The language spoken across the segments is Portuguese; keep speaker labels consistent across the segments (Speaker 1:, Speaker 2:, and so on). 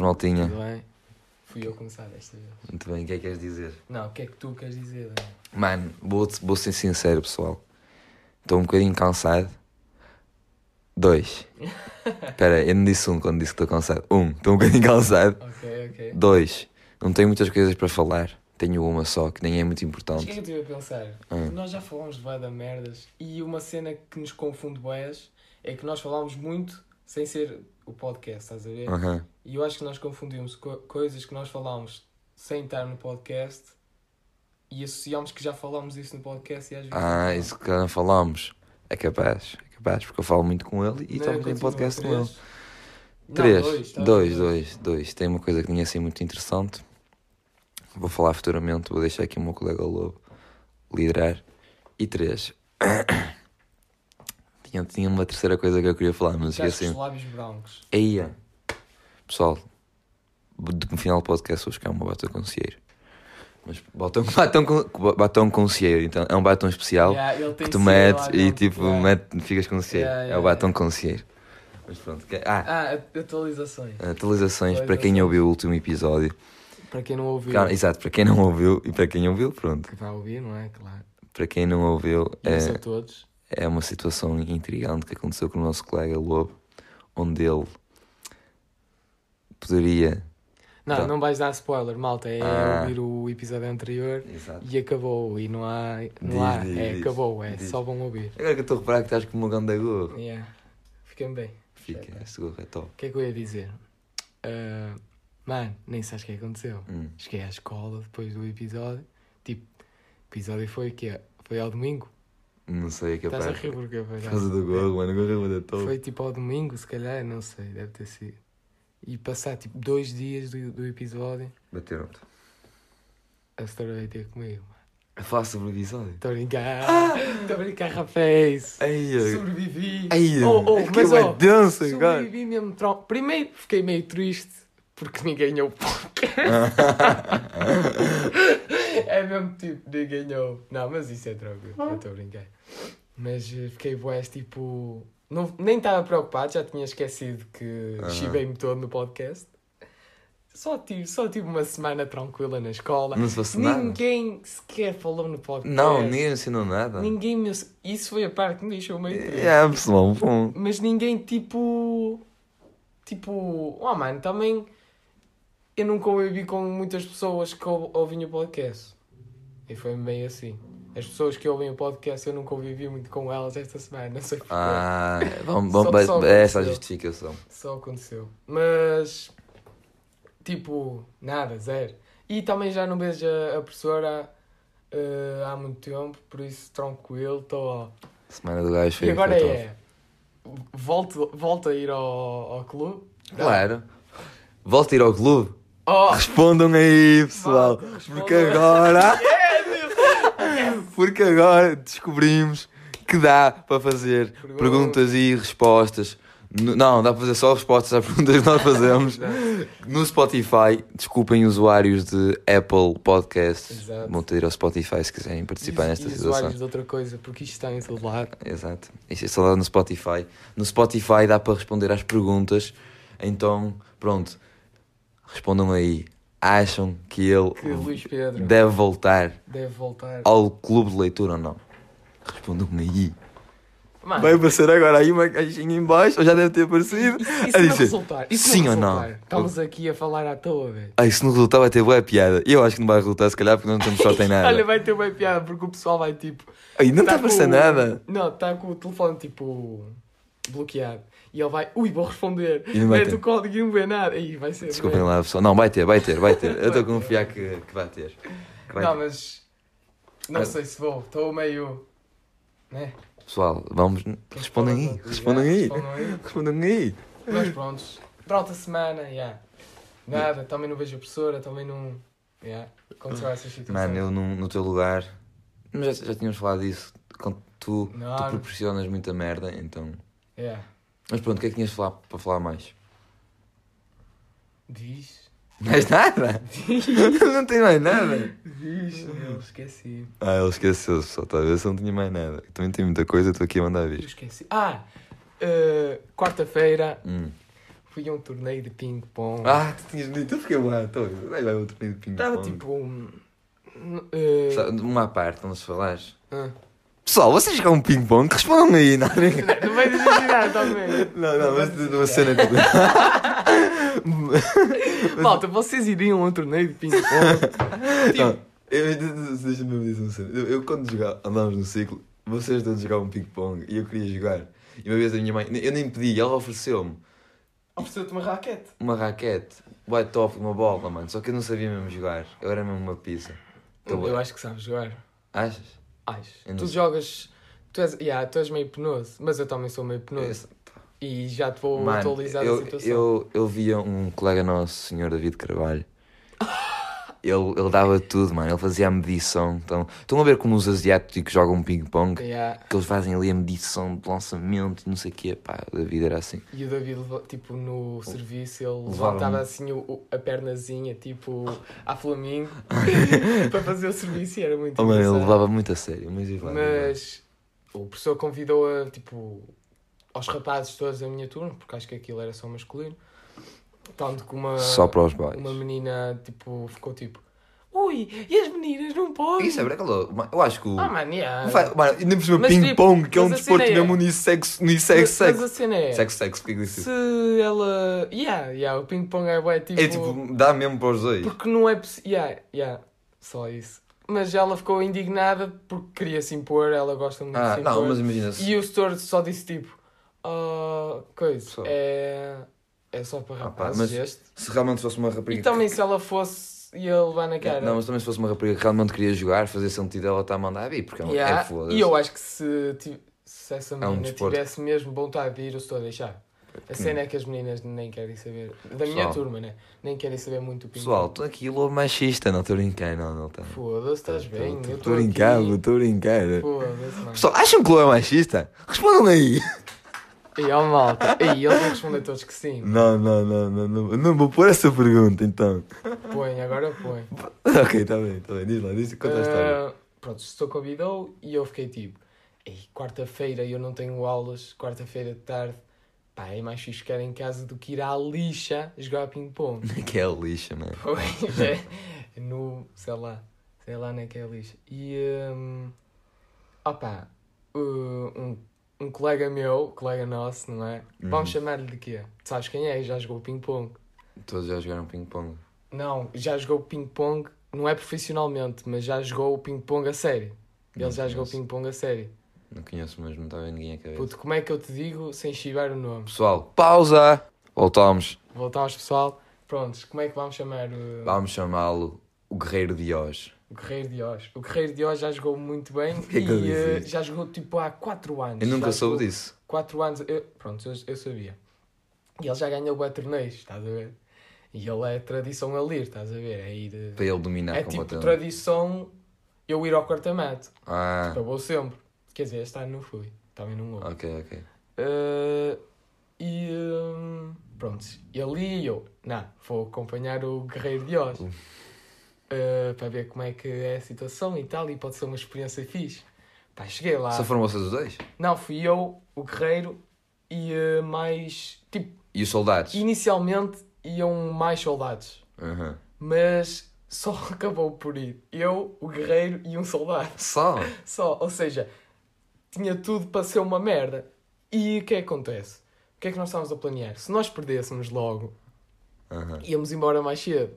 Speaker 1: maltinha?
Speaker 2: Tudo bem? Fui eu começar desta vez.
Speaker 1: Muito bem, o que é que queres dizer?
Speaker 2: Não, o que é que tu queres dizer? Daniel?
Speaker 1: Mano, vou, vou ser sincero, pessoal. Estou um bocadinho cansado. Dois. Espera, eu não disse um quando disse que estou cansado. Um, estou um bocadinho cansado.
Speaker 2: Ok, ok.
Speaker 1: Dois, não tenho muitas coisas para falar. Tenho uma só, que nem é
Speaker 2: Mas
Speaker 1: muito
Speaker 2: o que é
Speaker 1: importante.
Speaker 2: que eu estive a pensar?
Speaker 1: Hum.
Speaker 2: Nós já falámos de bué da merdas e uma cena que nos confunde boias é que nós falámos muito sem ser o podcast, estás a ver?
Speaker 1: Aham.
Speaker 2: E eu acho que nós confundimos co- coisas que nós falámos sem estar no podcast e associámos que já falámos isso no podcast e às vezes.
Speaker 1: Ah, isso que não falámos. É capaz, é capaz, porque eu falo muito com ele e
Speaker 2: Não,
Speaker 1: estamos em
Speaker 2: continua,
Speaker 1: podcast com ele.
Speaker 2: três. Não,
Speaker 1: Três,
Speaker 2: dois, tá?
Speaker 1: dois, dois, dois. Tem uma coisa que tinha assim muito interessante. Vou falar futuramente, vou deixar aqui o meu colega Lobo liderar. E três. tinha, tinha uma terceira coisa que é assim. eu queria falar, mas
Speaker 2: Estás com os
Speaker 1: esqueci.
Speaker 2: lábios brancos.
Speaker 1: Aí, pessoal, do- no final do podcast vou buscar uma batom com cieiro. Mas batom, batom, com- batom com cieiro, então é um batom especial
Speaker 2: Yeah, ele tem
Speaker 1: que tu
Speaker 2: cera
Speaker 1: metes
Speaker 2: lá
Speaker 1: e
Speaker 2: dentro,
Speaker 1: tipo,
Speaker 2: yeah.
Speaker 1: mete- ficas com cieiro.
Speaker 2: Yeah,
Speaker 1: é o
Speaker 2: yeah,
Speaker 1: batom
Speaker 2: yeah.
Speaker 1: com cieiro. Mas pronto, que- ah,
Speaker 2: Ah, at- atualizações.
Speaker 1: Atualizações para quem
Speaker 2: Atualizações.
Speaker 1: ouviu o último episódio.
Speaker 2: Para quem não ouviu,
Speaker 1: Claro, exato, para quem não ouviu e para quem ouviu, pronto.
Speaker 2: que vai ouvir, não é? Claro.
Speaker 1: Para quem não ouviu,
Speaker 2: E isso a
Speaker 1: é,
Speaker 2: todos.
Speaker 1: é uma situação intrigante que aconteceu com o nosso colega Lobo, onde ele poderia.
Speaker 2: Não,
Speaker 1: Tá.
Speaker 2: não vais dar spoiler, malta. É
Speaker 1: Ah.
Speaker 2: ouvir o episódio anterior
Speaker 1: Exato.
Speaker 2: e acabou. E não há. Não
Speaker 1: Diz,
Speaker 2: há.
Speaker 1: diz,
Speaker 2: é,
Speaker 1: diz,
Speaker 2: acabou. É,
Speaker 1: diz.
Speaker 2: só vão ouvir.
Speaker 1: Agora que eu estou a reparar que estás com uma ganda gorra.
Speaker 2: Yeah. Fiquem bem.
Speaker 1: Fica, esse gorro é top.
Speaker 2: O que é que eu ia dizer? Ah, mano, nem sabes o que aconteceu.
Speaker 1: Hum.
Speaker 2: Cheguei à escola depois do episódio. Tipo, o episódio foi o quê? Foi ao domingo?
Speaker 1: Não sei o que é
Speaker 2: Estás a
Speaker 1: pá.
Speaker 2: rir porque eu vou
Speaker 1: Por
Speaker 2: já-
Speaker 1: causa do gorro, mano, o gorro é top.
Speaker 2: Foi tipo ao domingo, se calhar, não sei, deve ter sido. E passar tipo dois dias do, do episódio,
Speaker 1: Bateram-te.
Speaker 2: a Stora veio ter comigo.
Speaker 1: A falar sobre o episódio.
Speaker 2: Estou a brincar, estou a brincar, é rapaz.
Speaker 1: Ai, ai,
Speaker 2: Sobrevivi.
Speaker 1: ai,
Speaker 2: Oh, oh,
Speaker 1: que
Speaker 2: mas,
Speaker 1: bué
Speaker 2: oh,
Speaker 1: denso agora.
Speaker 2: Sobrevivi mesmo. tron- Primeiro fiquei meio triste porque ninguém ganhou o podcast. é mesmo tipo, ninguém ganhou. Não, mas isso é tranquilo,
Speaker 1: Ah.
Speaker 2: eu estou a brincar. Mas eh, fiquei boés tipo. Não, nem estava preocupado, já tinha esquecido que
Speaker 1: Aham.
Speaker 2: chivei-me todo no podcast. Só tive, só tive uma semana tranquila na escola.
Speaker 1: Não se fosse nada.
Speaker 2: Ninguém sequer falou no podcast.
Speaker 1: Não, ninguém me ensinou nada.
Speaker 2: Ninguém me... Isso foi a parte que me deixou meio triste.
Speaker 1: É, pessoal, bom.
Speaker 2: Mas ninguém, tipo... Tipo... Oh, mano, também... Eu nunca ouvi com muitas pessoas que ou- ouvem o podcast. E foi meio assim. As pessoas que ouvem o podcast, eu nunca ouvi muito com elas esta semana. Não sei porquê.
Speaker 1: Ah, vamos,
Speaker 2: Só-
Speaker 1: vamos, vai-
Speaker 2: só
Speaker 1: vai- essa é
Speaker 2: aconteceu.
Speaker 1: a justificação.
Speaker 2: Só aconteceu. Mas... Tipo... Nada, zero. E também já não vejo a, a professora... eh, há muito tempo, por isso tranquilo, estou
Speaker 1: Semana do gajo foi
Speaker 2: E agora
Speaker 1: foi
Speaker 2: é. Volto, volto a ir ao, ao clube.
Speaker 1: top. Claro. Volta a ir ao clube.
Speaker 2: Oh!
Speaker 1: Respondam aí, pessoal.
Speaker 2: Volta, respondam. É,
Speaker 1: Porque agora. Porque agora descobrimos que dá para fazer
Speaker 2: Perguntas.
Speaker 1: perguntas e respostas. N- Não, dá para fazer só respostas às perguntas que nós fazemos no Spotify. Desculpem, usuários de Apple Podcasts.
Speaker 2: Exato.
Speaker 1: Vão ter ir ao Spotify se quiserem participar
Speaker 2: E-
Speaker 1: nesta
Speaker 2: e
Speaker 1: situação.
Speaker 2: usuários de outra coisa, porque isto está em todo lado.
Speaker 1: Exato. Isso é só dá no Spotify. No Spotify dá para responder às perguntas. Então, pronto. Respondam aí. Acham que ele
Speaker 2: Que o Luís Pedro deve,
Speaker 1: deve voltar
Speaker 2: voltar.
Speaker 1: ao clube de leitura ou não? Respondam aí.
Speaker 2: Mano,
Speaker 1: Ah. Vai aparecer agora aí uma caixinha em baixo, ou já deve ter aparecido.
Speaker 2: isso,
Speaker 1: a
Speaker 2: isso não
Speaker 1: dizer,
Speaker 2: resultar. Isso
Speaker 1: sim
Speaker 2: não
Speaker 1: ou não? Hum.
Speaker 2: resultar. Estamos aqui a falar à toa, velho.
Speaker 1: Ai, se não resultar vai ter boa piada. Eu acho que não vai resultar, se calhar, porque não temos sorte em
Speaker 2: Olha,
Speaker 1: nada.
Speaker 2: vai ter bem piada, porque o pessoal vai tipo.
Speaker 1: Ai, É, não está a
Speaker 2: com
Speaker 1: aparecer
Speaker 2: o-
Speaker 1: nada.
Speaker 2: Não, está com o telefone tipo. bloqueado. E ele vai, ui, vou responder.
Speaker 1: E não vai
Speaker 2: Mete
Speaker 1: ter.
Speaker 2: o código e não vê nada. Aí vai ser.
Speaker 1: Desculpem
Speaker 2: bué.
Speaker 1: lá, pessoal. Não, vai ter, vai ter, vai ter. Eu estou a confiar que, que vai ter. Que vai
Speaker 2: Não,
Speaker 1: ter.
Speaker 2: mas. Não
Speaker 1: Mas-
Speaker 2: sei se vou, estou meio. Né?
Speaker 1: Pessoal, vamos. Respondem aí, respondem aí.
Speaker 2: Respondem é, aí.
Speaker 1: Respondam aí.
Speaker 2: Mas prontos. Para outra semana, já. Nada, também não vejo a professora, também não. Yeah. Aconteceu essa situação.
Speaker 1: Mano, eu no, no teu lugar. Mas já, já tínhamos falado disso. Quando tu, tu
Speaker 2: Não.
Speaker 1: proporcionas muita merda, então.
Speaker 2: Yeah.
Speaker 1: Mas pronto, o que é que tinhas de falar, para falar mais?
Speaker 2: Diz.
Speaker 1: Mais nada? não tenho mais nada.
Speaker 2: Diz, eu esqueci.
Speaker 1: Ah, ele esqueceu-se, pessoal. Talvez eu não tinha mais nada. Eu Também tem muita coisa, eu estou aqui a mandar
Speaker 2: Eu
Speaker 1: vir.
Speaker 2: esqueci. Ah! eh, Quarta-feira
Speaker 1: Hum.
Speaker 2: Fui a um torneio de ping-pong.
Speaker 1: Ah, tu tinhas dito, eu fiquei lá, estou vai vai outro meio de ping
Speaker 2: Estava tipo. hum, hum, eh,
Speaker 1: Uma parte, onde se falares.
Speaker 2: ah.
Speaker 1: Pessoal, vocês jogam um ping-pong? Respondam aí, não é?
Speaker 2: Não assim vais exagerar, talvez.
Speaker 1: Não, não, mas uma cena tipo.
Speaker 2: Malta, vocês iriam a um torneio de ping-pong? Tipo,
Speaker 1: Não, Tipo, eu- Deixa-me dizer uma cena. Eu, eu quando jogava, andávamos no ciclo, vocês todos jogavam ping-pong e eu queria jogar. E uma vez a minha mãe, eu nem pedi, ela ofereceu-me
Speaker 2: Ofereceu-te uma raquete.
Speaker 1: uma raquete, bué top, uma bola, mano. Só que eu não sabia mesmo jogar. Eu era mesmo uma pizza. Tá
Speaker 2: Eu
Speaker 1: bué.
Speaker 2: acho que sabes jogar.
Speaker 1: Achas?
Speaker 2: Ai,
Speaker 1: Eu não
Speaker 2: tu
Speaker 1: sei.
Speaker 2: jogas. Tu és, yeah, tu és meio penoso, mas eu também sou meio penoso.
Speaker 1: Esse-
Speaker 2: E já te vou
Speaker 1: Mano,
Speaker 2: atualizar
Speaker 1: eu,
Speaker 2: a situação.
Speaker 1: eu, eu via um colega nosso, senhor David Carvalho. Ele, ele dava tudo, mano. Ele fazia a medição. Então, estão a ver como os asiáticos jogam ping-pong?
Speaker 2: Yeah.
Speaker 1: Que eles fazem ali a medição de lançamento e não sei o quê. Pá, o David era assim.
Speaker 2: E o David, leva- tipo, no serviço, ele
Speaker 1: Levava-me.
Speaker 2: levantava assim o- o- a pernazinha, tipo, a Flamingo, para fazer o serviço e era muito
Speaker 1: Oh, mano, ele
Speaker 2: engraçado.
Speaker 1: levava muito a sério. Mas, e lá,
Speaker 2: Mas o professor convidou a, tipo, aos rapazes todos da minha turma, porque acho que aquilo era só masculino. Tanto que uma,
Speaker 1: Só para os boys.
Speaker 2: uma menina, tipo, ficou tipo, ui, e as meninas não podem?
Speaker 1: Isso é verdade. Mano, Eu acho que o.
Speaker 2: Ah, mano, yeah.
Speaker 1: Não faz- Mano, ainda por cima,
Speaker 2: Mas, tipo,
Speaker 1: ping-pong, que é um
Speaker 2: mas a
Speaker 1: desporto
Speaker 2: cena é-
Speaker 1: mesmo unissex,
Speaker 2: mas,
Speaker 1: unissex,
Speaker 2: mas a
Speaker 1: sexo.
Speaker 2: cena é,
Speaker 1: Sexo, sexo, o que é que eu disse?
Speaker 2: se ela, yeah, yeah, o ping-pong é bué, tipo,
Speaker 1: É tipo, dá mesmo para os dois.
Speaker 2: porque não é possível, yeah, yeah, só isso. Mas ela ficou indignada porque queria se impor, ela gosta muito de
Speaker 1: Ah,
Speaker 2: se impor.
Speaker 1: não, mas imagina se.
Speaker 2: E o Stuart só disse tipo: ah, coisa,
Speaker 1: Só.
Speaker 2: é. É só para
Speaker 1: Ah, pá,
Speaker 2: rapazes
Speaker 1: mas-
Speaker 2: este.
Speaker 1: Se realmente fosse uma
Speaker 2: E
Speaker 1: rapariga.
Speaker 2: também se ela fosse, ia levar na cara.
Speaker 1: Não, mas também se fosse uma rapariga que realmente queria jogar, fazer sentido ela estar a mandar vir, porque é um-
Speaker 2: Yeah,
Speaker 1: é foda-se. É um
Speaker 2: E eu acho que se, ti- se essa menina
Speaker 1: desporto. Hum.
Speaker 2: tivesse mesmo vontade de ir, eu estou a deixar. A cena é que as meninas nem querem saber. Da minha
Speaker 1: Pessoal.
Speaker 2: turma, né? Nem querem saber muito o pinto.
Speaker 1: Pessoal, estou aqui lobo machista, não estou a brincar, não, não tá.
Speaker 2: Foda-se, estás bem. eu
Speaker 1: Estou a
Speaker 2: aqui.
Speaker 1: brincar, estou a brincar.
Speaker 2: Foda-se, mano.
Speaker 1: Pessoal, acham que o lobo é machista? Respondam aí!
Speaker 2: E ó, malta. E eles vão responder todos que sim.
Speaker 1: Não, não, não, não, não, não vou pôr essa pergunta então.
Speaker 2: Põe, agora põe.
Speaker 1: ok, está bem, está bem, diz lá, diz, conta a história.
Speaker 2: Ah, pronto, o senhor convidou e eu fiquei tipo, "Ei, quarta-feira eu não tenho aulas, quarta-feira de tarde, pá, é mais fixe ficar em casa do que ir à lixa jogar ping-pong.
Speaker 1: Que é lixa, mano.
Speaker 2: Pois é, no, sei lá, sei lá onde é que é a lixa. E, hum, opá, uh, um, um colega meu, colega nosso, não é? Vamos chamar-lhe de quê? Tu sabes quem é? Já jogou ping-pong.
Speaker 1: Todos já jogaram ping-pong.
Speaker 2: Não, já jogou ping-pong, não é profissionalmente, mas já jogou o ping-pong a sério. Ele
Speaker 1: Não
Speaker 2: já jogou
Speaker 1: conheço.
Speaker 2: ping-pong a sério.
Speaker 1: Não conheço, mas não está bem ninguém a cabeça.
Speaker 2: Puto, como é que eu te digo sem chivar o nome?
Speaker 1: Pessoal, pausa! Voltamos.
Speaker 2: Voltamos, pessoal. Prontos, como é que vamos chamar o,
Speaker 1: Vamos chamá-lo o Guerreiro de Oz.
Speaker 2: o Guerreiro de Oz? O Guerreiro de Oz já jogou muito bem
Speaker 1: que que eu
Speaker 2: e
Speaker 1: disse
Speaker 2: eh,
Speaker 1: isso?
Speaker 2: já jogou tipo há 4 anos.
Speaker 1: Eu nunca
Speaker 2: Já
Speaker 1: soube
Speaker 2: jogou
Speaker 1: disso.
Speaker 2: quatro anos, eu, pronto, eu, eu sabia. E ele já ganhou bué torneios, estás a ver? E ele é tradição a ler, estás a ver? É ir. eh,
Speaker 1: Para ele dominar
Speaker 2: é tipo
Speaker 1: completamente.
Speaker 2: tradição eu ir ao quartamento.
Speaker 1: Ah,
Speaker 2: Eu vou sempre. Quer dizer, este ano não fui. Também não vou.
Speaker 1: ok, ok.
Speaker 2: Eh, e hum, pronto, ele e eu, não, vou acompanhar o Guerreiro de Oz Eh, para ver como é que é a situação e tal, e pode ser uma experiência fixe. Pá, cheguei lá.
Speaker 1: Só foram vocês os dois?
Speaker 2: Não, fui eu, o Guerreiro e eh, mais. Tipo,
Speaker 1: E os soldados?
Speaker 2: inicialmente iam mais soldados,
Speaker 1: Aham.
Speaker 2: mas só acabou por ir eu, o Guerreiro e um soldado.
Speaker 1: Só?
Speaker 2: Só, ou seja, tinha tudo para ser uma merda. E o que é que acontece? O que é que nós estávamos a planear? Se nós perdêssemos logo,
Speaker 1: Aham.
Speaker 2: íamos embora mais cedo.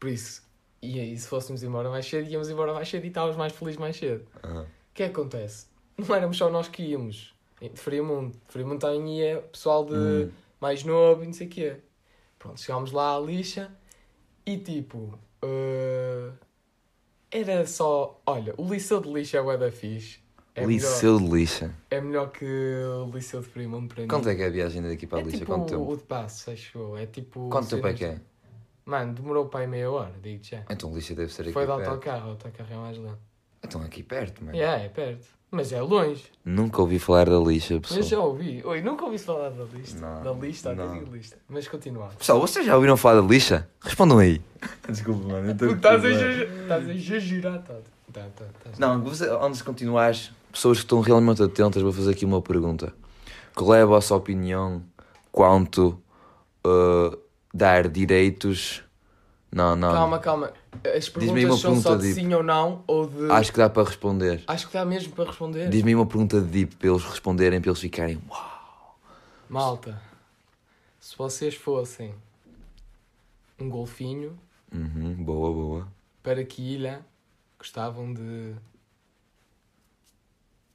Speaker 2: Por isso, e, aí, se fôssemos embora mais cedo, íamos embora mais cedo e estávamos mais felizes mais cedo.
Speaker 1: Aham.
Speaker 2: O que é que acontece? Não éramos só nós que íamos. um, De Friamundo. De Friamundo também ia é pessoal de
Speaker 1: Hum.
Speaker 2: mais novo e não sei o quê. Pronto, chegámos lá à lixa e tipo... eh, era só... Olha, o liceu de lixa é o da fixe. É melhor-
Speaker 1: Liceu de lixa.
Speaker 2: é melhor que o Liceu de Fremont para mim.
Speaker 1: Quanto é que é a viagem daqui para a
Speaker 2: é
Speaker 1: lixa?
Speaker 2: tipo
Speaker 1: Quanto tempo?
Speaker 2: o de passo, acho eu. É tipo.
Speaker 1: Quanto tempo é que é?
Speaker 2: Mano, demorou para aí meia hora, digo já.
Speaker 1: Então lixa deve ser aqui
Speaker 2: Foi de
Speaker 1: perto.
Speaker 2: autocarro, o autocarro é mais lento.
Speaker 1: Então aqui perto, mano.
Speaker 2: Yeah, é perto. Mas é longe.
Speaker 1: Nunca ouvi falar da lixa,
Speaker 2: Eu
Speaker 1: pessoal.
Speaker 2: já ouvi. Oi, nunca ouvi falar da lista.
Speaker 1: Não,
Speaker 2: da lista, até
Speaker 1: não.
Speaker 2: digo lista. Mas continuar.
Speaker 1: Pessoal, vocês já ouviram falar da lixa? Respondam aí. Desculpa, mano. eu tô-
Speaker 2: Tu estás a exagerar. Estás a exagerar, Tato. Tá, tá, tá.
Speaker 1: Não, você- antes de continuares, pessoas que estão realmente atentas, vou fazer aqui uma pergunta. Qual é a vossa opinião quanto uh, dar direitos. Não, não.
Speaker 2: Calma, calma. As
Speaker 1: Diz-me aí uma
Speaker 2: perguntas são só
Speaker 1: pergunta,
Speaker 2: de
Speaker 1: Deep.
Speaker 2: sim ou não, ou de.
Speaker 1: Acho que dá para responder.
Speaker 2: Acho que dá mesmo para responder.
Speaker 1: Diz-me uma pergunta de deep para eles responderem, para eles ficarem. "Uau."
Speaker 2: Malta, se vocês fossem um golfinho,
Speaker 1: Uhum, boa, boa.
Speaker 2: para que ilha gostavam de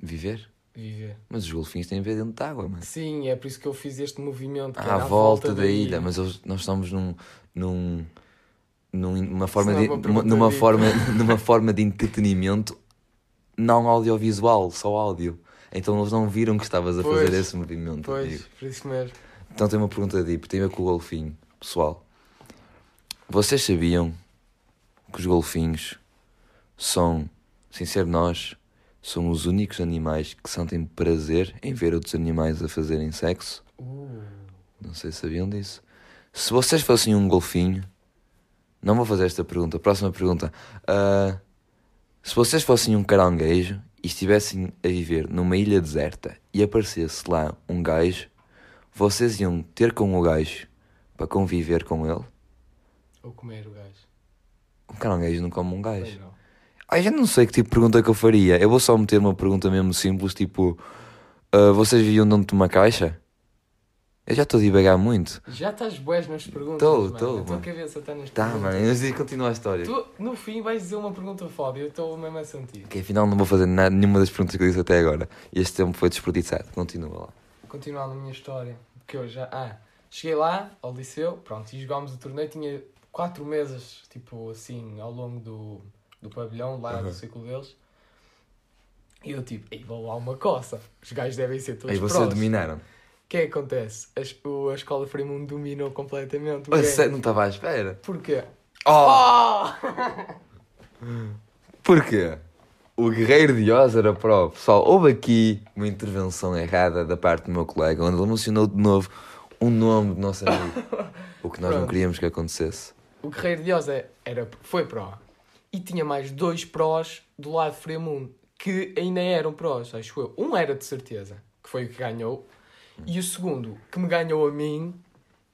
Speaker 1: Viver.
Speaker 2: viver?
Speaker 1: Mas os golfinhos têm a ver dentro de água, mas.
Speaker 2: Sim, é por isso que eu fiz este movimento. que
Speaker 1: À
Speaker 2: era
Speaker 1: volta, da ilha, mas eles- nós estamos num. num num- numa forma
Speaker 2: não é
Speaker 1: de,
Speaker 2: uma
Speaker 1: numa,
Speaker 2: pergunta
Speaker 1: numa
Speaker 2: deep.
Speaker 1: forma numa forma de entretenimento não audiovisual só áudio então eles não viram que estavas a fazer
Speaker 2: Pois.
Speaker 1: esse movimento
Speaker 2: Pois,
Speaker 1: amigo.
Speaker 2: por isso mesmo.
Speaker 1: então tem uma pergunta deep tem a ver com o golfinho pessoal vocês sabiam que os golfinhos são sem ser nós são os únicos animais que sentem prazer em ver outros animais a fazerem sexo
Speaker 2: Uh,
Speaker 1: não sei se sabiam disso. Se vocês fossem um golfinho. Não vou fazer esta pergunta. Próxima pergunta. Ah, se vocês fossem um caranguejo e estivessem a viver numa ilha deserta e aparecesse lá um gajo, vocês iam ter com o gajo para conviver com ele?
Speaker 2: ou comer o gajo.
Speaker 1: Um caranguejo não come um
Speaker 2: Pois
Speaker 1: gajo.
Speaker 2: não.
Speaker 1: Ai, já não sei que tipo de pergunta que eu faria. Eu vou só meter uma pergunta mesmo simples, tipo... ah, vocês viviam dentro de uma caixa? Eu já estou a divagar muito.
Speaker 2: Já estás boés nas perguntas.
Speaker 1: Tô,
Speaker 2: mano.
Speaker 1: tô,
Speaker 2: A tua
Speaker 1: mano.
Speaker 2: cabeça está nas
Speaker 1: Tá,
Speaker 2: perguntas.
Speaker 1: mano, mas diz- continua a história.
Speaker 2: Tu, no fim, vais dizer uma pergunta foda. Eu estou mesmo a sentir.
Speaker 1: Que afinal não vou fazer nada, nenhuma das perguntas que eu disse até agora. Este tempo foi desperdiçado. Continua lá.
Speaker 2: Continuar na minha história. Porque eu já. Ah, cheguei lá ao liceu, pronto, e jogámos o torneio. Tinha quatro mesas, tipo assim, ao longo do, do pavilhão, lá do círculo deles. E eu, tipo, ei, vou lá uma coça. Os gajos devem ser todos
Speaker 1: Aí vocês
Speaker 2: prós.
Speaker 1: dominaram.
Speaker 2: O que é que acontece? A, es- o- a escola Freemundo dominou completamente. o
Speaker 1: Eu
Speaker 2: game.
Speaker 1: sei, não estava à espera.
Speaker 2: Porquê?
Speaker 1: Oh,
Speaker 2: Oh!
Speaker 1: Porquê? O guerreiro de Oz era pró. Pessoal, houve aqui uma intervenção errada da parte do meu colega, onde ele mencionou de novo o nome do nosso amigo. o que nós não
Speaker 2: Pronto.
Speaker 1: queríamos que acontecesse.
Speaker 2: O Guerreiro de Oz é- era, foi pró. E tinha mais dois prós do lado Fremundo, que ainda eram prós, acho eu. Um era de certeza, que foi o que ganhou. E o segundo, que me ganhou a mim,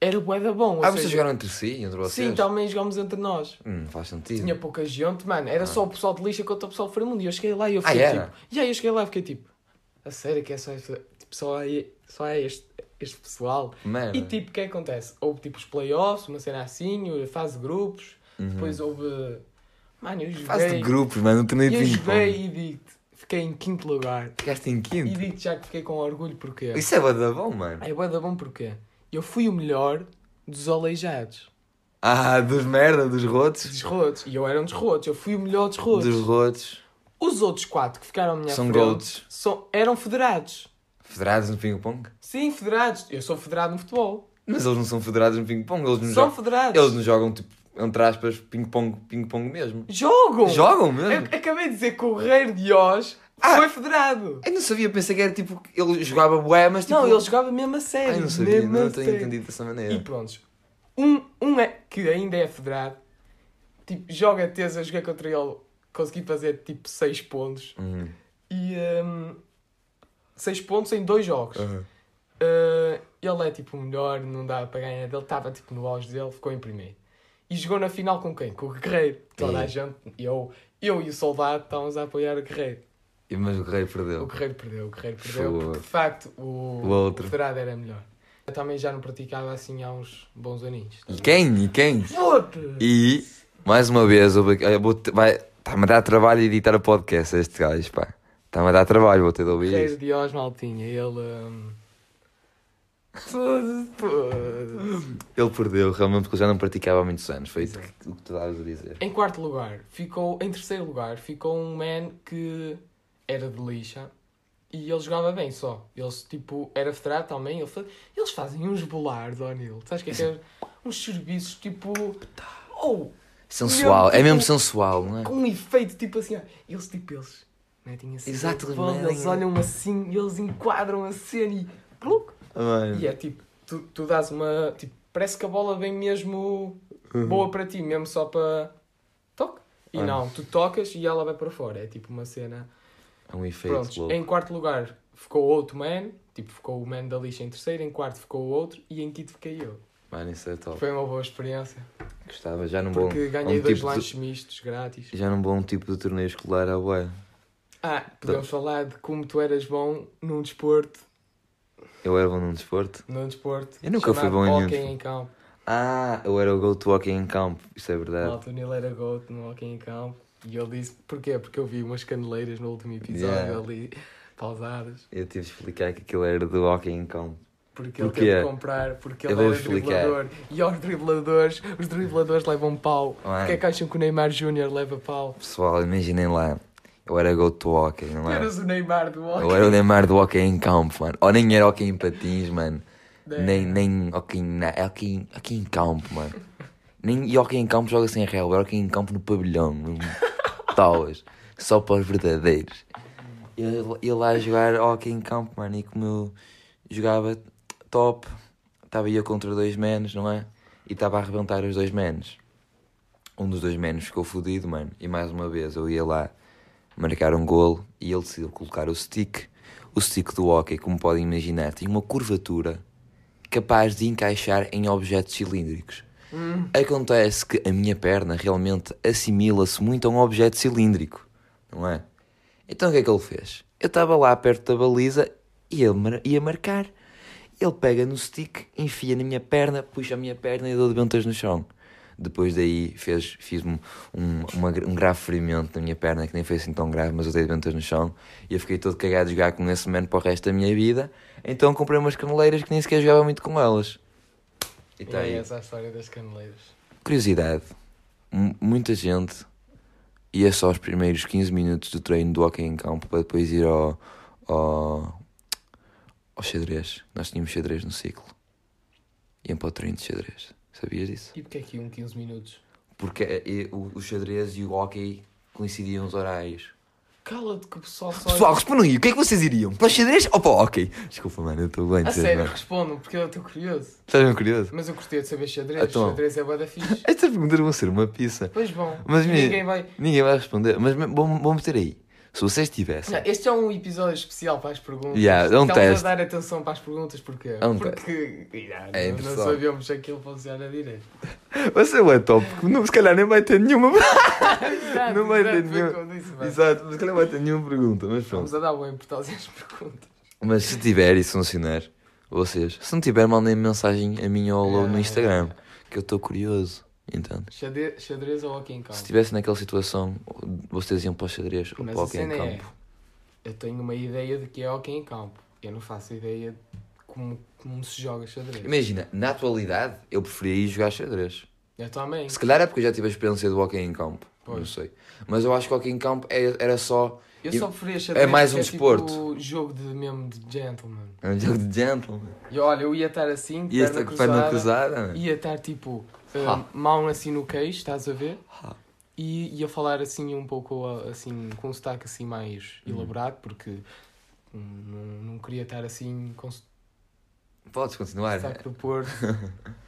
Speaker 2: era o da bom. ou
Speaker 1: Ah, vocês
Speaker 2: seja,
Speaker 1: jogaram entre si, entre vocês?
Speaker 2: Sim, também jogámos entre nós.
Speaker 1: Hum, faz sentido.
Speaker 2: Tinha pouca gente, mano. Era só o pessoal de lixa contra o pessoal de Fremundo. E eu cheguei lá e eu
Speaker 1: Ah,
Speaker 2: fiquei
Speaker 1: era?
Speaker 2: tipo... E aí eu cheguei lá e fiquei tipo... A sério que é só, este- tipo, só, é, só é este, este pessoal?
Speaker 1: Mano.
Speaker 2: E tipo, o que é que acontece? Houve tipo os playoffs, uma cena assim, a fase de grupos, depois houve. Mano, eu joguei.
Speaker 1: Faz Uhum. de grupos, mano, não torneio
Speaker 2: eu
Speaker 1: de ping-pong.
Speaker 2: joguei e digo-te, fiquei em quinto lugar.
Speaker 1: Ficaste em
Speaker 2: E
Speaker 1: quinto.
Speaker 2: digo-te já que fiquei com orgulho porque.
Speaker 1: Isso é badabão, mano.
Speaker 2: É bué da bom porque eu fui o melhor dos aleijados,
Speaker 1: Ah, dos merda, dos rotos.
Speaker 2: dos rotos. E eu era um dos rotos, eu fui o melhor dos rotos.
Speaker 1: Dos rotos.
Speaker 2: Os outros quatro que ficaram à minha
Speaker 1: São
Speaker 2: frente
Speaker 1: goats.
Speaker 2: são- eram federados.
Speaker 1: Federados no ping-pong?
Speaker 2: Sim, federados. Eu sou federado no futebol.
Speaker 1: Mas eles não são federados no ping-pong, eles, não
Speaker 2: São
Speaker 1: jogam-
Speaker 2: federados.
Speaker 1: eles não jogam, tipo, entre aspas, ping-pong, ping-pong mesmo.
Speaker 2: Jogam!
Speaker 1: Jogam mesmo?
Speaker 2: Eu acabei de dizer que o Guerreiro de Oz
Speaker 1: Ah!
Speaker 2: foi federado.
Speaker 1: Eu não sabia, pensei que era tipo, ele jogava bué, mas tipo...
Speaker 2: Não, ele jogava mesmo a sério.
Speaker 1: Ai, não sabia,
Speaker 2: mesmo assim.
Speaker 1: não
Speaker 2: a
Speaker 1: tenho
Speaker 2: sério.
Speaker 1: entendido dessa maneira.
Speaker 2: E pronto. Um, um é, que ainda é federado, tipo, joga a tesa, eu joguei contra ele, consegui fazer tipo 6 pontos.
Speaker 1: Uhum.
Speaker 2: E 6 pontos em dois jogos.
Speaker 1: Uhum.
Speaker 2: Uh, ele é tipo o melhor, não dá para ganhar dele, estava tipo no auge dele, ficou em primeiro. E jogou na final com quem? Com o Guerreiro. Toda a
Speaker 1: Ei.
Speaker 2: gente, eu, eu e o Soldado estávamos a apoiar o Guerreiro.
Speaker 1: E- Mas o Rei perdeu.
Speaker 2: O Guerreiro perdeu, o Guerreiro perdeu,
Speaker 1: Fogo.
Speaker 2: porque de facto o,
Speaker 1: O outro.
Speaker 2: Federado era melhor. Eu também já não praticava assim há uns bons aninhos.
Speaker 1: E quem? E quem?
Speaker 2: Foda!
Speaker 1: E, mais uma vez, eu vou- eu vou... te- vai... Está-me a dar trabalho editar o podcast, este gajo, pá. Está-me a dar trabalho, vou ter de ouvir
Speaker 2: Guerreiro
Speaker 1: isso.
Speaker 2: de Oz Maltinha, ele. hum, foda-se, foda-se.
Speaker 1: Ele perdeu, realmente, porque ele já não praticava há muitos anos. Foi isso que, o que tu estavas a dizer.
Speaker 2: Em quarto lugar, ficou. Em terceiro lugar, ficou um man que era de lixa e ele jogava bem só. Eles, tipo, era federado também. Ele fa- Eles fazem uns bolares, O'Neill. Sabes o que é que é? Uns serviços tipo. Oh!
Speaker 1: Sensual, é mesmo
Speaker 2: tipo,
Speaker 1: sensual, não é?
Speaker 2: com um efeito tipo assim, ó. eles tipo eles metem assim,
Speaker 1: Exato,
Speaker 2: a bola,
Speaker 1: metem-
Speaker 2: eles olham assim, eles enquadram a cena e pluc.
Speaker 1: Mano.
Speaker 2: E é tipo, tu, tu dás uma, tipo, parece que a bola vem mesmo
Speaker 1: Uhum.
Speaker 2: boa para ti, mesmo só para toque. E
Speaker 1: Ah.
Speaker 2: não, tu tocas e ela vai para fora, é tipo uma cena.
Speaker 1: É um efeito
Speaker 2: Pronto,
Speaker 1: louco.
Speaker 2: em quarto lugar ficou outro man, tipo, ficou o man da lixa em terceiro, em quarto ficou o outro e em quinto fiquei eu.
Speaker 1: Mano, isso é top.
Speaker 2: Foi uma boa experiência.
Speaker 1: Gostava, já não vou.
Speaker 2: Porque
Speaker 1: a
Speaker 2: ganhei
Speaker 1: um
Speaker 2: dois
Speaker 1: tipo de-
Speaker 2: lanches mistos grátis.
Speaker 1: Já não vou a um tipo de torneio escolar à boia.
Speaker 2: Ah,
Speaker 1: Tá.
Speaker 2: podemos falar de como tu eras bom num desporto.
Speaker 1: Eu era bom num desporto.
Speaker 2: Num desporto.
Speaker 1: Eu nunca fui
Speaker 2: chamado
Speaker 1: bom em nenhum
Speaker 2: Hockey
Speaker 1: desporto.
Speaker 2: em campo.
Speaker 1: Ah, eu era o go to hockey em campo. Isso é verdade.
Speaker 2: Malta, o Nil era goat no Hockey em campo. E ele disse, porquê? Porque eu vi umas caneleiras no último episódio
Speaker 1: Yeah.
Speaker 2: ali, pausadas.
Speaker 1: Eu tive de explicar que aquilo era do hockey em campo.
Speaker 2: Porque ele
Speaker 1: Porquê?
Speaker 2: teve de comprar, porque
Speaker 1: Eu
Speaker 2: ele
Speaker 1: vou
Speaker 2: era
Speaker 1: explicar.
Speaker 2: driblador. E aos dribladores, os dribladores levam pau.
Speaker 1: Mano.
Speaker 2: Porquê é que acham que o Neymar Júnior leva pau?
Speaker 1: Pessoal, imaginem lá. Eu era go to hockey, não é.
Speaker 2: Tu
Speaker 1: era?
Speaker 2: eras o Neymar do Hockey.
Speaker 1: Eu era o Neymar do hockey em campo, mano. Ou nem era hockey em patins, mano.
Speaker 2: Né?
Speaker 1: Nem, nem hockey, na, é hockey, em- hockey em campo, mano. Nem, e hockey em campo joga sem relva. É hockey em campo no pavilhão. mesmo. Tauas. Só para os verdadeiros. Eu ia lá jogar hockey em campo, mano. E como eu jogava top, estava eu contra dois menos, não é? E estava a arrebentar os dois menos. Um dos dois menos ficou fodido, mano. E mais uma vez eu ia lá marcar um golo e ele decidiu colocar o stick. O stick do hockey, como podem imaginar, tem uma curvatura capaz de encaixar em objetos cilíndricos.
Speaker 2: Hum.
Speaker 1: Acontece que a minha perna realmente assimila-se muito a um objeto cilíndrico, não é? Então o que é que ele fez? Eu estava lá perto da baliza e ele mar- ia marcar. Ele pega no stick, enfia na minha perna, puxa a minha perna e dou de bentas no chão. Depois daí fez, fiz-me um, uma gra- um grave ferimento na minha perna, que nem foi assim tão grave, mas eu dei de bentas no chão. E eu fiquei todo cagado de jogar com esse man para o resto da minha vida. Então comprei umas caneleiras que nem sequer jogava muito com elas.
Speaker 2: E
Speaker 1: E está aí.
Speaker 2: essa é a história das caneleiras.
Speaker 1: Curiosidade: M- muita gente ia só os primeiros 15 minutos do treino do hockey em campo para depois ir ao, ao, ao xadrez. Nós tínhamos xadrez no ciclo. Iam para o treino de xadrez. Sabias disso?
Speaker 2: E porquê aqui um 15 minutos?
Speaker 1: Porque eh, eh, o, o xadrez e o hockey coincidiam os horários.
Speaker 2: Cala-te que o pessoal só...
Speaker 1: Pessoal, respondam aí: o que é que vocês iriam? Para o xadrez ou para o hockey? Desculpa, mano, eu estou bem
Speaker 2: A sério,
Speaker 1: entusiasmado.
Speaker 2: respondam, porque eu estou curioso.
Speaker 1: Estás bem curioso?
Speaker 2: Mas eu gostaria de saber xadrez.
Speaker 1: Então.
Speaker 2: Xadrez é bué da fixe.
Speaker 1: Estas perguntas vão ser uma pizza.
Speaker 2: Pois bom,
Speaker 1: Mas me-
Speaker 2: ninguém vai...
Speaker 1: Ninguém vai responder, mas me- vão vão meter aí. Se vocês tivessem.
Speaker 2: Não, este é um episódio especial para as perguntas.
Speaker 1: Yeah, é um
Speaker 2: Estamos
Speaker 1: teste.
Speaker 2: a dar atenção para as perguntas porque,
Speaker 1: É um
Speaker 2: porque yeah,
Speaker 1: É
Speaker 2: não, não
Speaker 1: pessoal.
Speaker 2: sabíamos se aquilo funciona direito.
Speaker 1: Vai ser o top, porque não, se calhar nem vai ter nenhuma.
Speaker 2: Exato,
Speaker 1: Não vai
Speaker 2: exato,
Speaker 1: ter
Speaker 2: foi
Speaker 1: nenhum-
Speaker 2: quando disse, vai.
Speaker 1: Exato, mas se calhar vai ter nenhuma pergunta, mas pronto.
Speaker 2: Estamos a dar boa importância às perguntas.
Speaker 1: Mas se tiver e se funcionar, vocês, se não tiver, mandem mensagem a mim ou ao
Speaker 2: É.
Speaker 1: Lobo no Instagram, que eu estou curioso, entendes?
Speaker 2: Xadrez, xadrez ou aqui em campo?
Speaker 1: Se estivesse naquela situação, vocês iam para o xadrez ou
Speaker 2: Mas
Speaker 1: para o
Speaker 2: a
Speaker 1: hockey em
Speaker 2: cena é,
Speaker 1: campo.
Speaker 2: eu tenho uma ideia de que é hockey em campo. Eu não faço ideia de como, como se joga xadrez.
Speaker 1: Imagina, na atualidade, eu preferia ir jogar xadrez.
Speaker 2: Eu também.
Speaker 1: Se calhar é porque eu já tive a experiência do hockey em campo, não
Speaker 2: Pois.
Speaker 1: sei. Mas eu acho que o hockey em campo é- era só
Speaker 2: Eu
Speaker 1: E-
Speaker 2: só preferia xadrez
Speaker 1: mais
Speaker 2: porque
Speaker 1: um desporto.
Speaker 2: Tipo, jogo de mesmo de gentleman.
Speaker 1: é um jogo de gentleman.
Speaker 2: E olha, eu ia estar assim,
Speaker 1: E esta
Speaker 2: perna
Speaker 1: perna
Speaker 2: cruzada,
Speaker 1: cruzada, né?
Speaker 2: ia estar tipo,
Speaker 1: Ha.
Speaker 2: eh, mão assim no queixo, estás a ver?
Speaker 1: Ha.
Speaker 2: E ia falar assim um pouco ah, assim, com um sotaque assim mais elaborado, porque hum, não, não queria estar assim com
Speaker 1: Podes continuar.
Speaker 2: sotaque do Porto,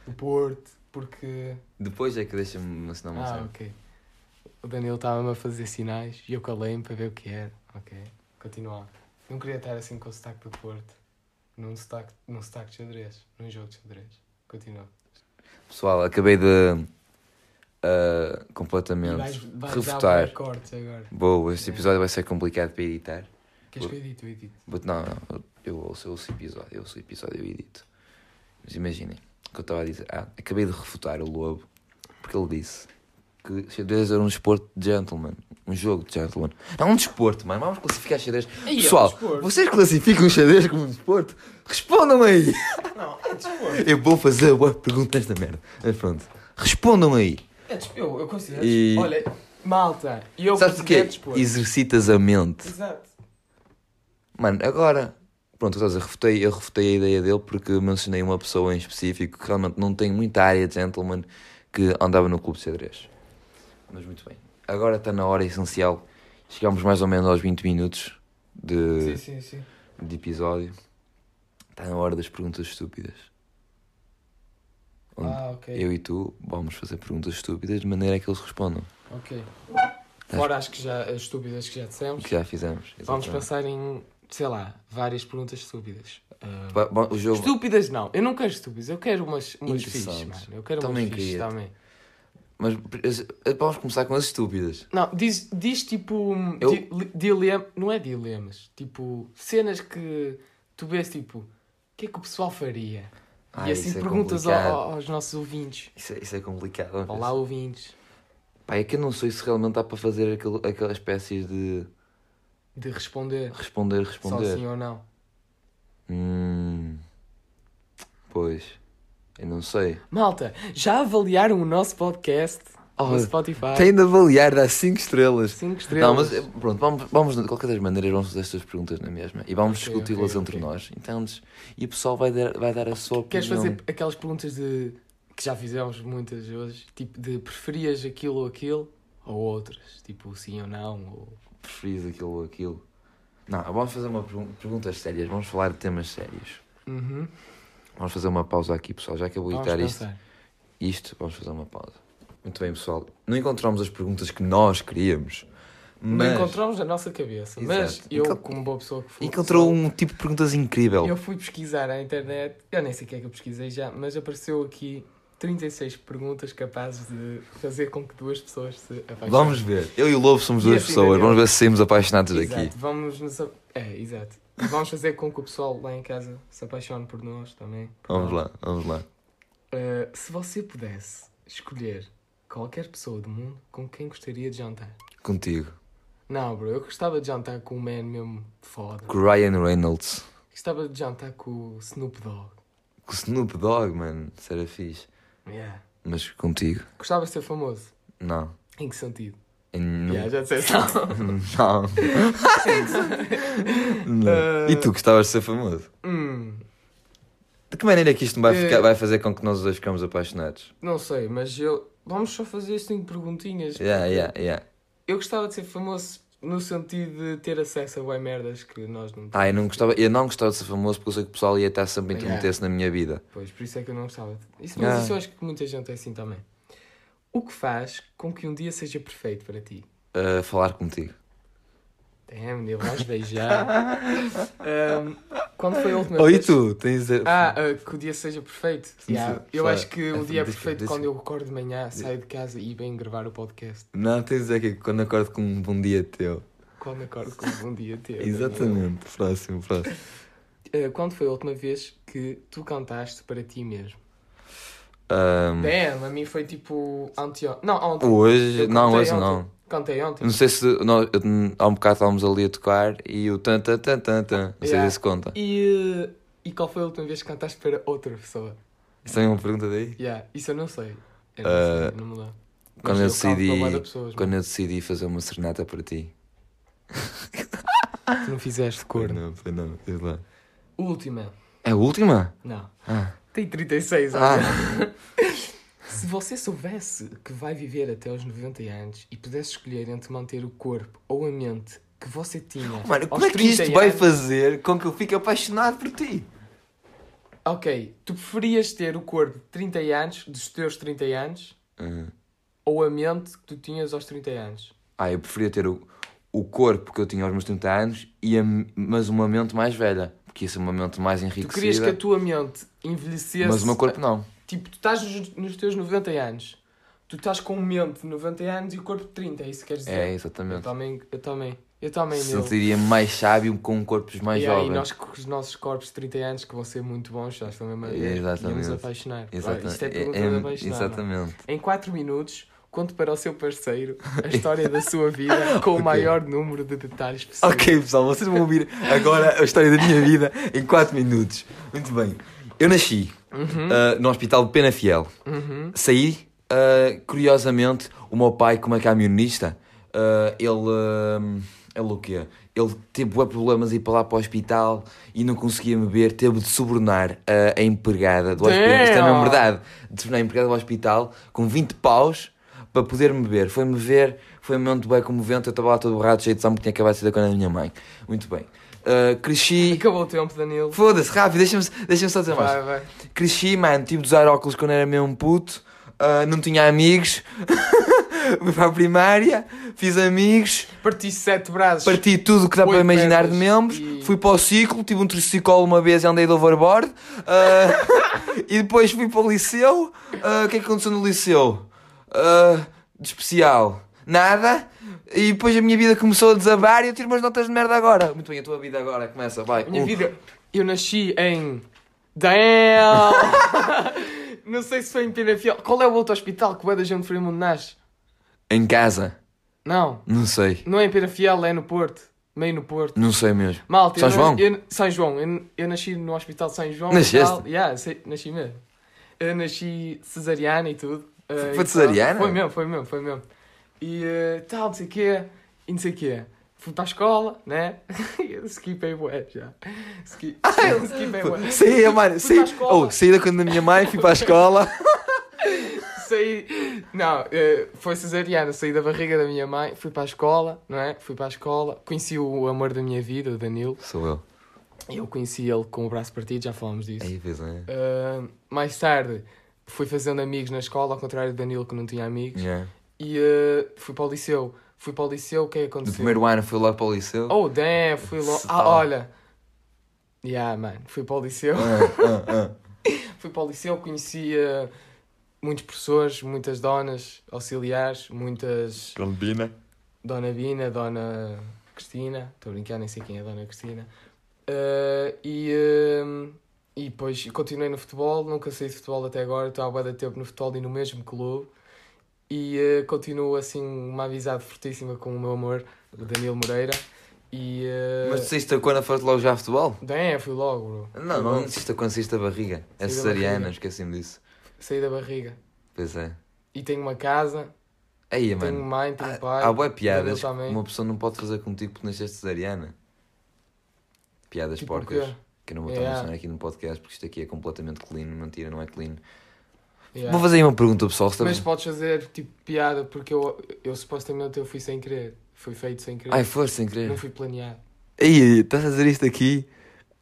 Speaker 2: do Porto, porque...
Speaker 1: Depois é que deixa-me assinar uma
Speaker 2: Ah,
Speaker 1: cena.
Speaker 2: ok. O Danilo estava-me a fazer sinais e eu calei-me para ver o que era. Ok, continuar. Não queria estar assim com o sotaque do Porto, num sotaque, num sotaque de xadrez, num jogo de xadrez. Continua.
Speaker 1: Pessoal, acabei de ah,
Speaker 2: E
Speaker 1: completamente
Speaker 2: vais- É. vais
Speaker 1: refutar.
Speaker 2: dar cortes agora.
Speaker 1: Boa, este episódio vai ser complicado para editar.
Speaker 2: Queres que eu edite? Eu edito.
Speaker 1: But não, não, eu ouço, eu ouço o episódio, eu ouço o episódio eu edito. Mas imaginem, o que eu estava a dizer. Ah, acabei de refutar o lobo porque ele disse que xadrez era um desporto de gentleman. Um jogo de gentleman. Não, um desporto, mano. Vamos classificar xadrez.
Speaker 2: Ei, é um
Speaker 1: Pessoal,
Speaker 2: desporto.
Speaker 1: vocês classificam xadrez como um desporto? Respondam aí!
Speaker 2: Não, é desporto.
Speaker 1: Eu vou fazer uma pergunta nesta merda. Mas pronto, respondam aí.
Speaker 2: É desporto. Eu, eu considero.
Speaker 1: E-
Speaker 2: Olha, malta, eu
Speaker 1: Sabes
Speaker 2: considero
Speaker 1: porquê?
Speaker 2: desporto.
Speaker 1: Exercitas a mente.
Speaker 2: Exato.
Speaker 1: Mano, agora. Pronto, estás a refutei, eu refutei a ideia dele porque mencionei uma pessoa em específico que realmente não tem muita área de gentleman que andava no clube de xadrez. Mas muito bem. Agora está na hora essencial. Chegámos mais ou menos aos 20 minutos
Speaker 2: Sim,
Speaker 1: de,
Speaker 2: sim, sim.
Speaker 1: de episódio. Está na hora das perguntas estúpidas. Onde
Speaker 2: Ah, ok.
Speaker 1: eu e tu vamos fazer perguntas estúpidas de maneira que eles respondam.
Speaker 2: Ok.
Speaker 1: Tá.
Speaker 2: Fora as que já, as estúpidas que já
Speaker 1: O
Speaker 2: dissemos,
Speaker 1: que já fizemos.
Speaker 2: vamos
Speaker 1: exatamente.
Speaker 2: pensar em, sei lá, várias perguntas estúpidas. Ah,
Speaker 1: Pá, bom, O jogo.
Speaker 2: Estúpidas não, eu não quero estúpidas, eu quero umas, umas fichas,
Speaker 1: Interessantes.
Speaker 2: mano. Eu quero
Speaker 1: Também
Speaker 2: umas fichas
Speaker 1: queria.
Speaker 2: também.
Speaker 1: Mas eh, vamos começar com as estúpidas.
Speaker 2: Não, diz, diz tipo.
Speaker 1: Eu-
Speaker 2: di- li- dilema, não é dilemas, tipo cenas que tu vês tipo. O que é que o pessoal faria?
Speaker 1: Ah,
Speaker 2: e assim
Speaker 1: isso é
Speaker 2: perguntas ao-
Speaker 1: complicado.
Speaker 2: ao- aos nossos ouvintes.
Speaker 1: Isso, é, isso é complicado. vamos ver
Speaker 2: Olá,
Speaker 1: se-
Speaker 2: ouvintes.
Speaker 1: Pá, é que eu não sei se realmente dá para fazer aquele, aquela espécie de
Speaker 2: De responder,
Speaker 1: responder,
Speaker 2: só
Speaker 1: responder.
Speaker 2: sim ou não.
Speaker 1: Hum, pois. Eu não sei.
Speaker 2: Malta, já avaliaram o nosso podcast
Speaker 1: Oh,
Speaker 2: no Spotify?
Speaker 1: Tem de avaliar, dá 5 estrelas.
Speaker 2: 5
Speaker 1: Não,
Speaker 2: Ah. estrelas.
Speaker 1: mas eh, pronto, vamos, vamos de qualquer das maneiras vamos fazer estas perguntas na mesma e vamos
Speaker 2: Ok,
Speaker 1: discuti-las
Speaker 2: ok,
Speaker 1: entre
Speaker 2: ok.
Speaker 1: nós. Então, e o pessoal vai dar, vai dar a sua opinião.
Speaker 2: Queres fazer aquelas perguntas de que já fizemos muitas hoje? Tipo, de preferias aquilo ou aquilo? Ou outras? Tipo, sim ou não? Ou...
Speaker 1: Preferis aquilo ou aquilo? Não, vamos fazer uma pergun- perguntas sérias, vamos falar de temas sérios.
Speaker 2: Uhum.
Speaker 1: Vamos fazer uma pausa aqui, pessoal, já que eu vou
Speaker 2: Vamos
Speaker 1: editar isto,
Speaker 2: pensar.
Speaker 1: isto, vamos fazer uma pausa. Muito bem, pessoal. Não encontramos as perguntas que nós queríamos,
Speaker 2: Não
Speaker 1: mas
Speaker 2: encontramos na nossa cabeça. Mas
Speaker 1: Exato.
Speaker 2: eu,
Speaker 1: Encon-
Speaker 2: como boa pessoa que fui,
Speaker 1: encontrou um tipo de perguntas incrível.
Speaker 2: eu fui pesquisar à internet. Eu nem sei o que é que eu pesquisei já, mas apareceu aqui 36 perguntas capazes de fazer com que duas pessoas se apaixonem.
Speaker 1: Vamos ver. Eu e o Lobo somos
Speaker 2: E
Speaker 1: duas
Speaker 2: assim,
Speaker 1: pessoas,
Speaker 2: Daniel?
Speaker 1: vamos ver se saímos apaixonados
Speaker 2: exato,
Speaker 1: daqui.
Speaker 2: Vamos nos... a- É, exato. Vamos fazer com que o pessoal lá em casa se apaixone por nós também. por
Speaker 1: Vamos
Speaker 2: nós.
Speaker 1: lá, vamos lá.
Speaker 2: Uh, se você pudesse escolher qualquer pessoa do mundo com quem gostaria de jantar.
Speaker 1: Contigo.
Speaker 2: Não, bro, eu gostava de jantar com o man mesmo foda.
Speaker 1: Com o Ryan Reynolds.
Speaker 2: Gostava de jantar com o Snoop Dogg.
Speaker 1: Com o Snoop Dogg, mano. Isso era fixe.
Speaker 2: Yeah.
Speaker 1: Mas contigo,
Speaker 2: Gostava de ser famoso.
Speaker 1: não.
Speaker 2: Em que sentido?
Speaker 1: Eu Não.
Speaker 2: Yeah, já disseste não.
Speaker 1: não. Não. E tu gostavas de ser famoso?
Speaker 2: Hum,
Speaker 1: De que maneira é que isto me vai,
Speaker 2: Eh.
Speaker 1: ficar- vai fazer com que nós os dois ficamos apaixonados?
Speaker 2: não sei, mas eu... Vamos só fazer isto em perguntinhas.
Speaker 1: Yeah, yeah, yeah.
Speaker 2: Eu gostava de ser famoso no sentido de ter acesso a bué merdas que nós não temos.
Speaker 1: Ah, eu não gostava, eu não gostava de ser famoso porque eu sei que o pessoal ia estar sempre a
Speaker 2: Yeah.
Speaker 1: intermeter-se na minha vida.
Speaker 2: Pois, por isso é que eu não gostava. de- Isso,
Speaker 1: Ah.
Speaker 2: mas isso eu acho que muita gente é assim também. O que faz com que um dia seja perfeito para ti?
Speaker 1: A falar contigo.
Speaker 2: Damn, eu vais beijar. Ahm, quando foi a última
Speaker 1: Oh, e
Speaker 2: vez?
Speaker 1: tu? Tens a...
Speaker 2: Ah, ah, que o dia seja perfeito.
Speaker 1: Sim,
Speaker 2: Yeah,
Speaker 1: sim.
Speaker 2: Eu
Speaker 1: Fala.
Speaker 2: acho que
Speaker 1: É,
Speaker 2: o dia é
Speaker 1: diz-
Speaker 2: perfeito
Speaker 1: diz-
Speaker 2: quando eu acordo de manhã, saio de casa e venho gravar o podcast.
Speaker 1: Não, tens a que quando acordo com um bom dia teu.
Speaker 2: Quando acordo com um dia teu.
Speaker 1: Exatamente. Próximo, próximo.
Speaker 2: Ah, quando foi a última vez que tu cantaste para ti mesmo?
Speaker 1: Ahm,
Speaker 2: Damn, a mim foi tipo anteontem. Não, ontem.
Speaker 1: hoje,
Speaker 2: Eu
Speaker 1: não,
Speaker 2: cantei
Speaker 1: hoje
Speaker 2: ontem.
Speaker 1: não.
Speaker 2: Cantei ontem.
Speaker 1: Não sei se nós, eu- há um bocado estávamos ali a tocar e o tan tan tan tan tan. Não sei
Speaker 2: Yeah.
Speaker 1: se isso conta.
Speaker 2: E, eh, e qual foi a última vez que cantaste para outra pessoa?
Speaker 1: Isso é uma pergunta daí?
Speaker 2: Yeah, isso eu não sei. Eu não,
Speaker 1: Eh,
Speaker 2: sei, não me lembro. Mas
Speaker 1: quando eu
Speaker 2: canto para bué de
Speaker 1: decidi-
Speaker 2: pessoas,
Speaker 1: Quando eu decidi fazer uma serenata para ti.
Speaker 2: mano. Tu não fizeste cor.
Speaker 1: Não, foi não, sei lá.
Speaker 2: Última.
Speaker 1: É a última?
Speaker 2: Não.
Speaker 1: Ah.
Speaker 2: Tem 36
Speaker 1: Ah.
Speaker 2: anos. Se você soubesse que vai viver até aos 90 anos e pudesse escolher entre manter o corpo ou a mente que você tinha.
Speaker 1: Mano,
Speaker 2: aos
Speaker 1: como é que isto
Speaker 2: 30
Speaker 1: vai
Speaker 2: anos-
Speaker 1: fazer com que eu fique apaixonado por ti?
Speaker 2: Ok, tu preferias ter o corpo de 30 anos, dos teus 30 anos,
Speaker 1: Ah.
Speaker 2: ou a mente que tu tinhas aos 30 anos?
Speaker 1: Ah, eu preferia ter o, o corpo que eu tinha aos meus 30 anos, e a- mas uma mente mais velha. Porque ia ser uma mente mais
Speaker 2: Tu querias que
Speaker 1: enriquecida.
Speaker 2: a tua mente envelhecesse.
Speaker 1: mas o meu corpo não.
Speaker 2: Tipo, tu estás nos, nos teus 90 anos. Tu estás com mente de 90 anos e o corpo de 30, é isso que queres dizer?
Speaker 1: É,
Speaker 2: eu
Speaker 1: exatamente.
Speaker 2: também, eu também. Eu também, meu.
Speaker 1: Sentiria mais sábio com um corpos mais
Speaker 2: e aí,
Speaker 1: jovens.
Speaker 2: nós com os nossos corpos de 30 anos, que vão ser muito bons, nós também
Speaker 1: É,
Speaker 2: nos
Speaker 1: exatamente.
Speaker 2: apaixonar.
Speaker 1: Exata-
Speaker 2: Olha, Isto é
Speaker 1: é-
Speaker 2: pergunta
Speaker 1: é-
Speaker 2: de apaixonar. mano.
Speaker 1: Exatamente.
Speaker 2: Em 4 minutos, conte para o seu parceiro a história da sua vida com
Speaker 1: Ok.
Speaker 2: o maior número de detalhes possível.
Speaker 1: Ok, pessoal, vocês vão ouvir agora a história da minha vida em 4 minutos. Muito bem. Eu nasci ah, no Hospital de Pena Fiel.
Speaker 2: Uhum.
Speaker 1: Saí, ah, curiosamente, o meu pai, como é camionista, ah, ele. ah, ele o quê? Ele teve bué problemas de ir para lá para o hospital e não conseguia me ver, teve de subornar ah, a empregada do hospital. Isto é mesmo
Speaker 2: Damn!
Speaker 1: verdade. De tornar empregada do hospital com 20 paus para poder-me ver. Foi-me ver, foi um momento bem comovente. Eu estava lá todo borrado, cheio de sangue, porque tinha acabado de sair da cana da minha mãe. Muito bem. Ah, cresci.
Speaker 2: Acabou o tempo, Danilo.
Speaker 1: Foda-se, rápido, deixa-me deixa só dizer mais.
Speaker 2: Vai, vai.
Speaker 1: Cresci, mano, tive de usar óculos quando era mesmo puto, ah, não tinha amigos, fui para a primária, fiz amigos,
Speaker 2: Parti sete braços.
Speaker 1: parti tudo o que dá
Speaker 2: Oito
Speaker 1: para imaginar
Speaker 2: pernas
Speaker 1: de membros,
Speaker 2: e-
Speaker 1: fui para o ciclo, tive um triciclo uma vez e andei de overboard, ah, e depois fui para o liceu. Ah, o que é que aconteceu no liceu? Ah, de especial? Nada. E depois a minha vida começou a desabar e eu tiro umas notas de merda agora. Muito bem, a tua vida agora começa, vai.
Speaker 2: A minha
Speaker 1: Um.
Speaker 2: vida. Eu nasci em. Damn! não sei se foi em Pinafiel. Qual é o outro hospital que o da gente Frimundo nasce?
Speaker 1: Em casa?
Speaker 2: Não.
Speaker 1: Não sei.
Speaker 2: Não é em Pinafiel, é no Porto. Meio no Porto.
Speaker 1: Não sei mesmo.
Speaker 2: Malta,
Speaker 1: São
Speaker 2: eu,
Speaker 1: João?
Speaker 2: eu- São João. Eu, eu nasci no Hospital de São João. e
Speaker 1: Nasceste?
Speaker 2: tal. Yeah, sei- nasci mesmo. Eu nasci cesariana e tudo. eh,
Speaker 1: Foi
Speaker 2: e tal.
Speaker 1: cesariana?
Speaker 2: Foi mesmo, foi mesmo, foi mesmo. E eh, tal, não sei o quê. E não sei o quê. Fui para a escola, né? Skipei bué já. Skip,
Speaker 1: Ah,
Speaker 2: skipei bué.
Speaker 1: Saí,
Speaker 2: Fui
Speaker 1: mano, saí,
Speaker 2: para a escola.
Speaker 1: oh, saí da conta da minha mãe, fui para a escola.
Speaker 2: Saí. Não, eh, foi cesariana. Saí da barriga da minha mãe, fui para a escola, não é? Fui para a escola. Conheci o amor da minha vida, o Danilo.
Speaker 1: Sou eu.
Speaker 2: Eu conheci ele com o braço partido, já falámos disso.
Speaker 1: Aí vês, né?
Speaker 2: Uh, mais tarde fui fazendo amigos na escola, ao contrário do Danilo que não tinha amigos.
Speaker 1: Yeah.
Speaker 2: E uh, fui para o liceu. Fui para o liceu, o que é que
Speaker 1: Do
Speaker 2: aconteceu?
Speaker 1: primeiro ano fui logo para o liceu.
Speaker 2: Oh, damn, fui logo.
Speaker 1: Se
Speaker 2: Ah,
Speaker 1: fala.
Speaker 2: olha. Yeah, mano, fui para o liceu.
Speaker 1: Ah, ah, ah.
Speaker 2: fui para o liceu, conheci uh, muitos professores, muitas donas auxiliares, muitas. Dona Bina, Dona Cristina, estou a brincar, nem sei quem é a Dona Cristina. Uh, e, um, e depois continuei no futebol, nunca saí de futebol até agora, estou há bué de tempo no futebol e no mesmo clube. E uh, continuo assim, uma amizade fortíssima com o meu amor, o Danilo Moreira. E. Uh,
Speaker 1: Mas tu saíste quando foste logo já a futebol?
Speaker 2: Bem, é, fui logo, bro.
Speaker 1: Não,
Speaker 2: Fui
Speaker 1: não
Speaker 2: logo.
Speaker 1: insista quando saíste a barriga.
Speaker 2: Saí
Speaker 1: É
Speaker 2: da
Speaker 1: cesariana,
Speaker 2: barriga.
Speaker 1: esqueci-me disso.
Speaker 2: Saí da barriga.
Speaker 1: Pois é.
Speaker 2: E tenho uma casa,
Speaker 1: Aí,
Speaker 2: tenho
Speaker 1: mano.
Speaker 2: mãe, tenho pai.
Speaker 1: Há, há bué
Speaker 2: Danilo
Speaker 1: piadas que
Speaker 2: também.
Speaker 1: uma pessoa não pode fazer um contigo porque nasceste cesariana. Piadas
Speaker 2: Tipo,
Speaker 1: porcas.
Speaker 2: porquê?
Speaker 1: Que eu não vou estar
Speaker 2: Yeah.
Speaker 1: a mencionar aqui no podcast porque isto aqui é completamente clean. Mentira, não é clean.
Speaker 2: Yeah.
Speaker 1: Vou fazer aí uma pergunta, pessoal. se
Speaker 2: Mas
Speaker 1: Estamos...
Speaker 2: podes fazer tipo piada, porque eu, eu supostamente eu fui sem querer. Fui feito sem querer.
Speaker 1: Ai, foste sem
Speaker 2: não
Speaker 1: querer.
Speaker 2: fui planeado.
Speaker 1: Aí, estás a fazer isto aqui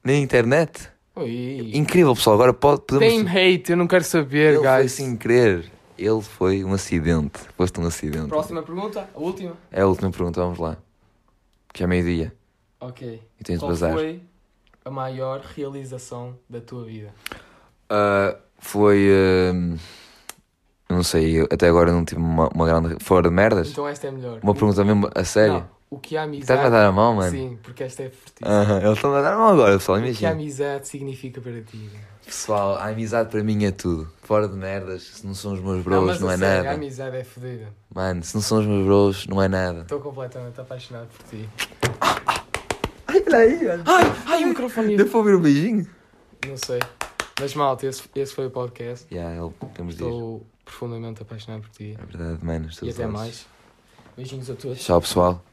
Speaker 1: na internet?
Speaker 2: Oi.
Speaker 1: Incrível, pessoal. Agora pode, podemos.
Speaker 2: Tem hate, eu não quero saber,
Speaker 1: Ele foi
Speaker 2: guys.
Speaker 1: sem querer. Ele foi um acidente. Foste um acidente.
Speaker 2: Próxima pergunta, a última.
Speaker 1: É a última pergunta, vamos lá. Que é meio-dia.
Speaker 2: Ok.
Speaker 1: E tens de
Speaker 2: Qual
Speaker 1: bazar. Foi,
Speaker 2: foi a maior realização da tua vida?
Speaker 1: Ah, foi hum, eu não sei, eu até agora não tive uma, uma grande. Fora de merdas?
Speaker 2: Então esta é melhor.
Speaker 1: Uma pergunta mesmo a sério.
Speaker 2: Não, o que a amizade.
Speaker 1: Estás-me a dar um Ah, a mão, mano?
Speaker 2: Sim, porque esta é fortíssima.
Speaker 1: Aham, eles estão a dar a mão agora, pessoal.
Speaker 2: o que a
Speaker 1: Imagina.
Speaker 2: amizade significa para ti?
Speaker 1: Pessoal, a amizade para mim é tudo. Fora de merdas, se não são os meus bros, não,
Speaker 2: mas a
Speaker 1: é
Speaker 2: sério,
Speaker 1: nada.
Speaker 2: A amizade é fodida.
Speaker 1: Mano, se não são os meus bros, não é nada.
Speaker 2: Estou completamente apaixonado por ti.
Speaker 1: Ai, olha aí, mano.
Speaker 2: Ai, ai, o microfone. é
Speaker 1: Deu para ouvir um beijinho?
Speaker 2: Não sei. Mas malta, esse, esse foi o podcast.
Speaker 1: Já, ele, temos de ir.
Speaker 2: Estou profundamente apaixonado por ti.
Speaker 1: É verdade, mano.
Speaker 2: E
Speaker 1: estamos
Speaker 2: até
Speaker 1: longe.
Speaker 2: mais. Beijinhos a todos.
Speaker 1: Tchau, pessoal.